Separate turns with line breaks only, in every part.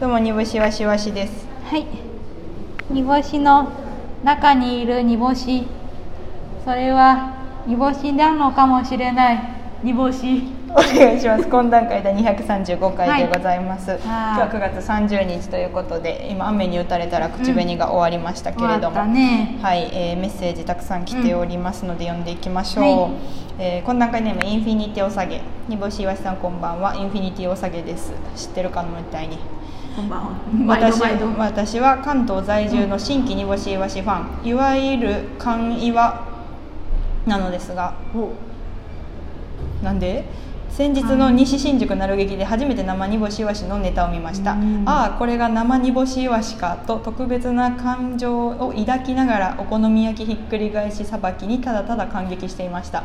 どうも煮干しわしわしです
はい煮干しの中にいる煮干しそれは煮干しなのかもしれない煮干し
お願いします懇談会第235回でございます、今日は9月30日ということで今雨に打たれたら口紅が終わりましたけれど
終わっ
も、
たね
はい、えーメッセージたくさん来ておりますので読んでいきましょう、
はい
えー懇談会ネームインフィニティおさげ煮干しわしさんこんばんはインフィニティおさげです知ってるかのみたいに
こんばんは毎度
私
毎度
私は関東在住の新規煮干しいわしファン、いわゆる缶いわなのですが
お
なんで先日の西新宿なる劇で初めて生煮干しいわしのネタを見ました、
うん
ああこれが生煮干しいわしかと特別な感情を抱きながらお好み焼きひっくり返しさばきにただただ感激していました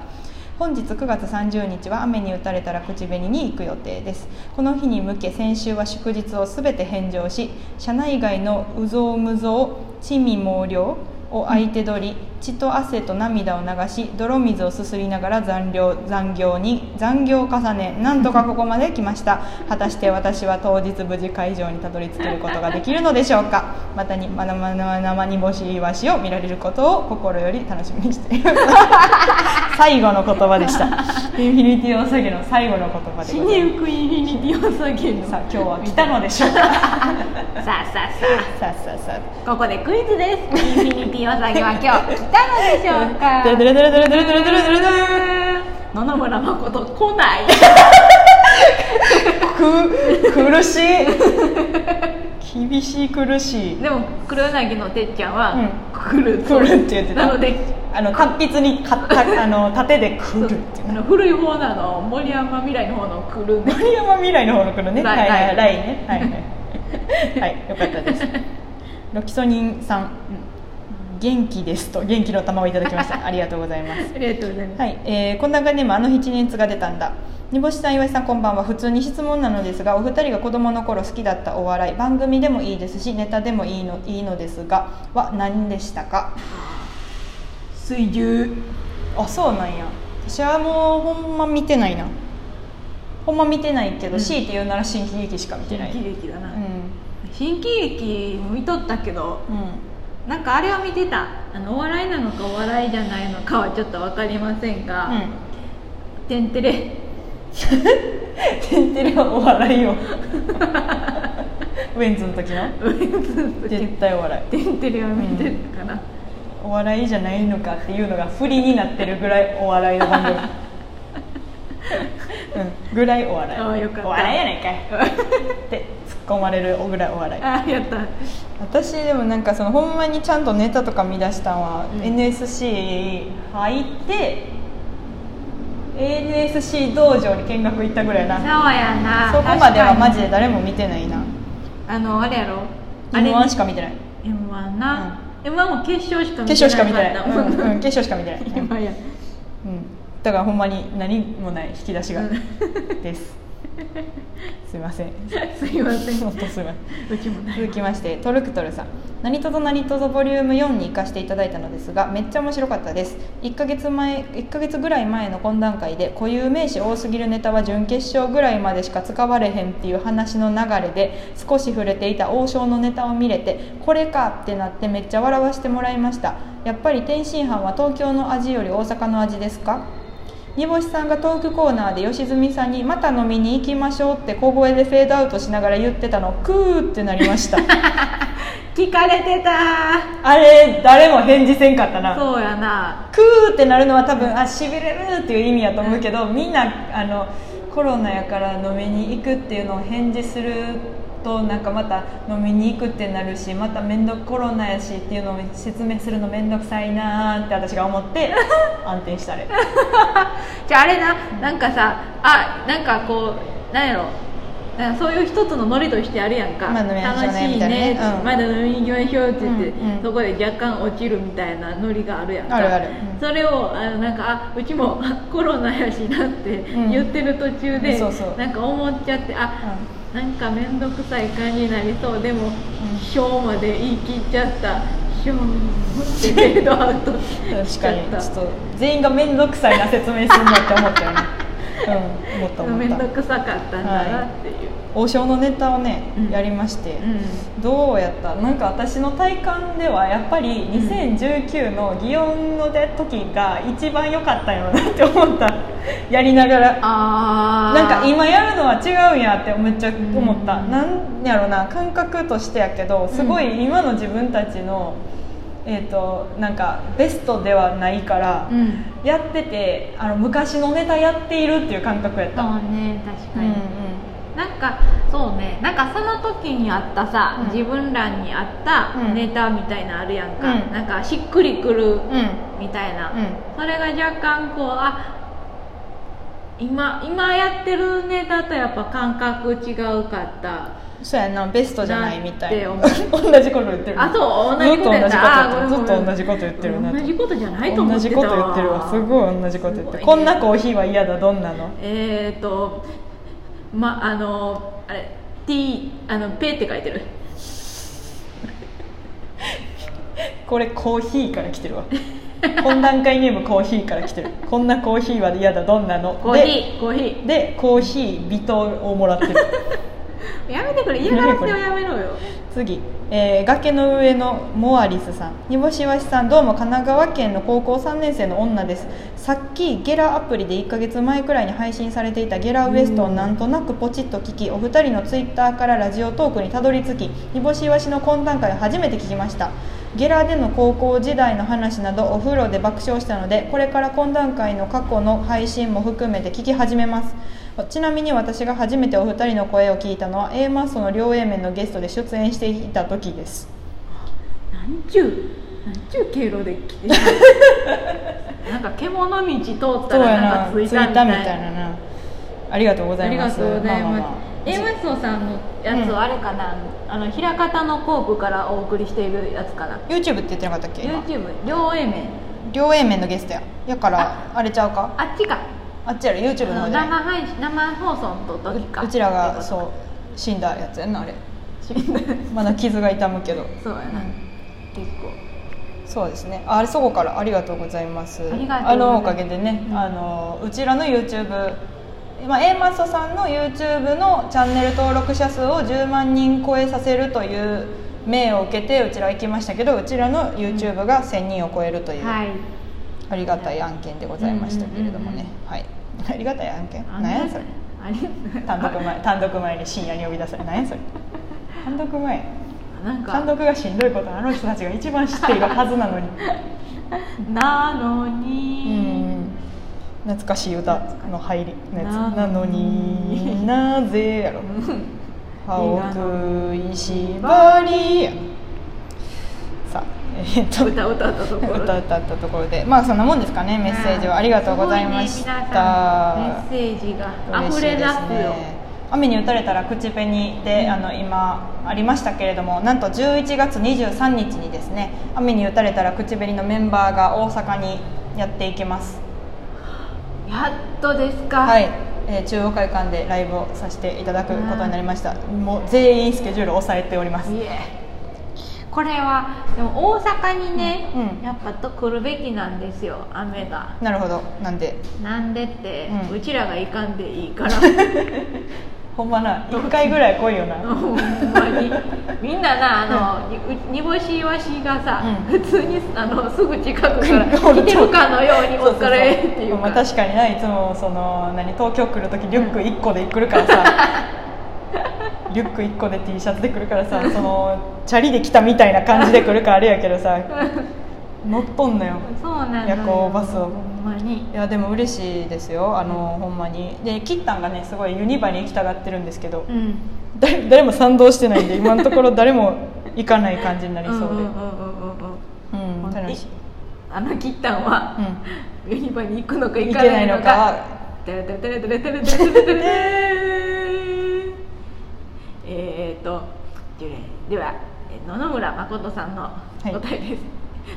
本日9月30日は雨に打たれたら口紅に行く予定ですこの日に向け先週は祝日をすべて返上し社内外のうぞうむぞう地味毛量を相手取り血と汗と涙を流し泥水をすすりながら残業残業に残業を重ねなんとかここまで来ました果たして私は当日無事会場にたどり着けることができるのでしょうかまたにまなまな生煮干しイワシを見られることを心より楽しみにしています最後の言葉でしたインフィニティおさげの最後の言葉で
死
ござ
に
いま
ゆくインフィニティを下げる
す
の
さあ今日は来たのでしょうかさ
さあさあさ
あさあさあ
あここでクイズですインフィニティお下げは今日来たのでしょうか
ドゥルドゥルドゥルドゥルドゥルドゥルドゥルドゥル
野々村誠来ない
く苦しい厳しい苦しい
でも黒柳のてっちゃんは、
うん
来る
来るって言ってた
なので
あの達筆にかたあの縦で来るって
あ
な
の古い方なの森山未来の方の来るんで
森山未来の方の来るね
ラ
は
イ
いはいラ
ラ
イ
イ
ンねはいはい、はい、よかったですロキソニンさん元気ですと元気の玉をいただきましたありがとうございます
ありがとうございます、
はい、えー、こんな感じでもあの日一熱が出たんだ煮干しさん岩井さんこんばんは普通に質問なのですがお二人が子供の頃好きだったお笑い番組でもいいですしネタでもいいのいいのですがは何でしたか
水牛
あそうなんや私はもうほんま見てないなほんま見てないけど、
うん
強いて言うなら新喜劇しか見て
新
ない
喜劇だな、
う
新喜劇も見とったけど
ん、うん、
なんかあれは見てたあのお笑いなのかお笑いじゃないのかはちょっと分かりませんが
うん
「天てれ
テンテレはお笑いよ ウェンズの時 の」絶対お笑い
「天てれ」は見てたから、
お笑いじゃないのかっていうのが振りになってるぐらいお笑いの番 組うん、ぐらいお笑い
あーよかった
お笑いやないかい って突っ込まれるぐらいお笑い
ああやった
私でもなんかそのほんまにちゃんとネタとか見出したんは、
うん
NSC 入って NSC 道場に見学行ったぐらいやな
そうやな
そこまではマジで
確
誰も見てないな
かにあのあれやろあれ
m 1しか見てない
m 1な、m 1も決勝しか見
決勝しか見てない、
な
う
かった
ん
もん
うん、決勝しか見 てない、うん
今や
うんだからほんまに何もない引き出しが
うん
です すいません
すいません
本当すいません
うちもない
続きましてトルクトルさん「何とぞ何とぞボリューム4に行かせていただいたのですがめっちゃ面白かったです1ヶ月前1ヶ月ぐらい前の懇談会で固有名詞多すぎるネタは準決勝ぐらいまでしか使われへんっていう話の流れで少し触れていた王将のネタを見れてこれかってなってめっちゃ笑わせてもらいましたやっぱり天津飯は東京の味より大阪の味ですか煮干しさんがトークコーナーで吉住さんに「また飲みに行きましょう」って小声でフェードアウトしながら言って たのクーってなりました
聞かれてた
あれ誰も返事せんかったな
そうやな
クーってなるのは多分あしびれるっていう意味やと思うけどみんなあのコロナやから飲みに行くっていうのを返事するとなんかまた飲みに行くってなるしまた面倒コロナやしっていうのを説明するの面倒くさいなーって私が思って 暗転したあれ
じゃああれななんかさあなんかこうなんやろなんかそういう一つのノリとしてあるやんか、
まあ飲みましょうね
楽しい
みたいなね
ね、
うん
まだ飲みに行きましょうって言って、
うんうん
そこで若干落ちるみたいなノリがあるやんか
あるあるうん
それをあのなんかあうちもあコロナやしなって
ん
言ってる途中で、
そうそう
なんか思っちゃってあ、なんか面倒くさい感じになりそうでも「ひょう」まで言い切っちゃった「ひょう」ってフェードアウトし
確
ち
か
ゃ
に
った
ちょっと全員が面倒くさいな説明するんだって思ったよねうん思った思った
面倒くさかったんだなっていう、
王将のネタをね、
うん
やりまして、
うん
どうやったなんか私の体感ではやっぱり
ん
2019の祇園の時が一番良かったよなって思った やりながら
あー
なんか今やるのは違うんやってめっちゃ思った、
うん
なんやろな感覚としてやけどすごい今の自分たちの、えー、となんかベストではないから、
うん
やっててあの昔のネタやっているっていう感覚やった、
そうね確
う
か
ん
に、
うん
なんかそうねなんかその時にあったさ、
うん
自分らにあった
うん
ネタみたいなあるやんか、
うん
なんかしっくりくる
うん
みたい
う
な、
ん
それが若干こうあ今今やってるネタとやっぱ感覚違うかった
そうやなベストじゃないみたいな
なん
同じこと言ってる
あそう同じことやっ
ずったと同じこと言ってるずっと同じこと言ってるな
同じことじゃないと思
同
って
じ
た
こと言ってるわすごい同じこと言ってる、こんなコーヒーは嫌だどんなの
えーとまあのあれ T あのペって書いてる
これコーヒーから来てるわ 懇談会ネームコーヒーから来てるこんなコーヒーは嫌だどんなの
コーヒーコーヒ
ででコーヒー微糖をもらってる
ーやめてくれ嫌がらせをやめろよ
次、えー崖の上のモアリスさん煮干しわしさんどうも神奈川県の高校3年生の女ですさっきゲラアプリで1ヶ月前くらいに配信されていたゲラウエストをなんとなくポチッと聞きお二人のツイッターからラジオトークにたどり着き煮干しわしの懇談会を初めて聞きましたゲラでの高校時代の話などお風呂で爆笑したのでこれから懇談会の過去の配信も含めて聞き始めますちなみに私が初めてお二人の声を聞いたのは A マッソの両 A 面のゲストで出演していた時です
なんちゅうなんちゅう経路で来て しまうなんか獣道通った
そうやな
らなんか
ツ
着
イ
い
ッ
た
ター
み
み
た
た
い
い
な
ななありがとうござ
あ
い
り
ま
が
す
とうござい
あ
ま
あ
す。エマスソさんのやつ
うん
あれかな、あの平方のコープからお送りしているやつかな。
あ YouTube って言ってなかったっけ今
YouTube 両 A 面
両 A 面のゲストややからあれちゃうか
あっちか。
あっちやろ YouTube の方
あの
じゃな
生
い
配信生放送の時か。
うちらが
う。
そう死んだやつやんなあれ
そう
まだ傷が痛むけど
やな。結構。
そうですね。あ、そこからありがとうございます。
ありがとうございます
のおかげでね、
うん
あのうちらの YouTube、まあ A マッソさんの YouTube のチャンネル登録者数を10万人超えさせるという命を受けてうちらは行きましたけど、うちらの YouTube が1000人を超えるという、
はい。
ありがたい案件でございましたけれどもね
うんうん、
はい。ありがたい案件。
あ
なんやそれ。
あ れ。
単独前単独前に深夜に呼び出され、なん やそれ。単独前。
なんか。
単独がしんどいことあの人たちが一番知っているはずな のに。
なの
う
に。
ん懐かしい歌の入りのやつ
な
なの になぜやろ歯を食いしばりやさあえっ と
歌歌ったところ。
歌歌ったところでまあそんなもんですかねメッセージはありがとうございまし
すごね皆さ
た
んメッセージが
嬉し
溢
い
れ
で
出
す
すよ。
ね雨に打たれたら口紅で、
うん
あの今ありましたけれどもなんと11月23日にですね雨に打たれたら口紅のメンバーが大阪にやっていきます
やっとですか。
はい、えー中央会館でライブをさせていただくことになりました、もう全員スケジュールを抑えております、
いえこれはでも大阪にね、
うんうん
やっぱと来るべきなんですよ雨が
なるほどなんで
なんでって、う
うん
ちらが行かんでいいから
ほんまな1回ぐらい来いよな
ほんまにみんななあの、に煮干しわしがさ、
う
普通にあのすぐ近 くから来てるかのように「お疲れ」っていう
まあ
か
確かにないつもその何東京来る時リュック1個で来るから さ、リュック1個で T シャツで来るからさそのチャリで来たみたいな感じで来るからあれやけどさ乗っとんのよ
そうなのよ
夜行バスを
ほんまに
いやでも嬉しいですよあの、ほんまにでキッタンがねすごいユニバに行きたがってるんですけど、
うん
誰誰も賛同してないんで今のところ誰も行かない感じになりそうで、
んんうんう
う
ん
ん
うん
楽しい、
あのキッタンは、 ユニバに行くのか行
行
か
け
な
ないい
の
の
か
か
テレテレテレテレテレテレテレテレえーとジュレではえ野々村誠さんの
い
答えで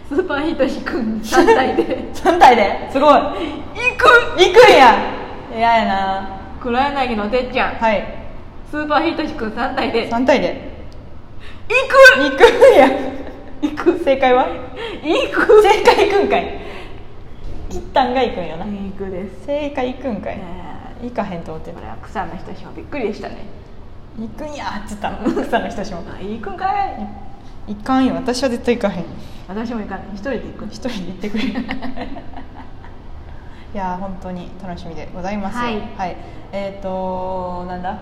す、スーパーヒトシ君3体で
3体ですごい行く行くんや嫌やな
黒柳のてっちゃん、
はい
スーパーヒトシ君3体で
3体で
行
行くんや行く正解は
く行く
正解行くんかいキッタンが行くんよな
行くです、
正解行くんかい
えー
行かへんと思って
こ
た
れは草の人しもびっくりでしたね
「行くんや!」っつったの草の人たちも
あ行くんかい
「行かんよ私は絶対行かへん」
私も行かない一人で行く
一人で行ってくれいやー本当に楽しみでございます
はい
えっ、となんだ
ん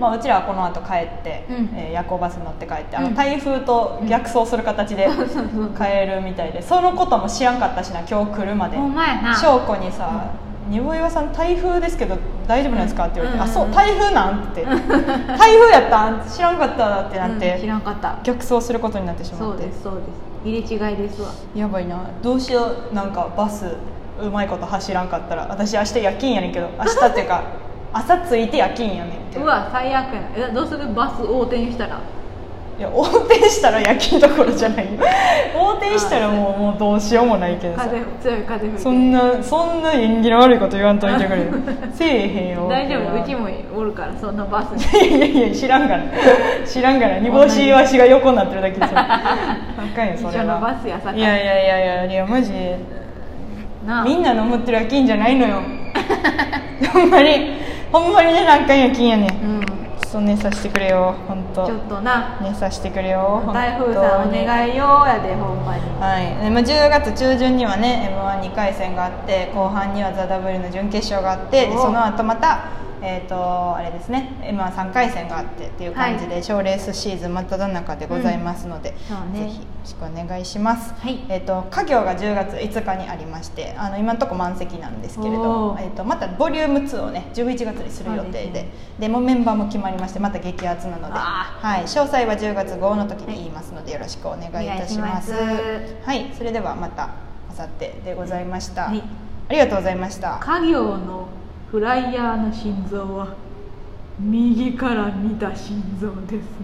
まあ、うちらはこの後帰って、
うん
えー夜行バスに乗って帰ってあ
う
の
ん
台風と逆走する形で
そうそうそう
帰るみたいでそのことも知らんかったしな今日来るまで
ほんまやな
翔子にさ「にぼいわさん台風ですけど大丈夫なんですか?」って言われて「あ
うん
そう台風なん?」 って「台風やったん知らんかった」ってなっ
うん知
て、
らんかった
逆走することになってしま
そ
っ
う
て
ですそうです入れ違いですわ
やばいなどうしようなんかバスうまいこと走らんかったら私明日夜勤やねんけ ど明日っていうか朝着いて夜勤やねんって
うわ最悪やなえどうするバス横転したら
いや横転したら夜勤どころじゃない よ横転したらもうもうどうしようもないけどさ
風強い風吹いて
そんなそんな縁起の悪いこと言わんといてく れよせえへんよ
大丈
俺
夫
は
うちもおるからそんなバスに
いやいやいや知らん から知らんから煮干しわしが横になってるだけですよ若いよそれ
一緒の
は
バスやさか
いやいやいやいやいやマジ
なあ
みんなの思ってる夜勤じゃないのよほんまにほんまにね何回夜勤やねんち
うんち
ょっと寝させてくれよほんと
ょっとな
寝させてくれよほんとに
台風さんお願いよやでほんまに
はい、でまあ10月中旬にはね m 1 2回戦があって後半には「ザ・ w の準決勝があってで
お
その後また、えー、とあれですね m 1 3回戦があってっていう感じで賞、レースシーズン真っ只中でございますので、
うんそうね
ぜひよろしくお願いします、
はい
えー、と家業が10月5日にありましてあの今のところ満席なんですけれど
お、ー
えー、とまたボリューム2をね11月にする予定で
そうですね
でもうメンバーも決まりましてまた激アツなので、
あ
はい、詳細は10月号の時に言いますのでよろしくお願いしますお願いいたします。
お願いしま
はい、それではまた明後日でございました。
はい
ありがとうございました。
家業のフライヤーの心臓は右から見た心臓です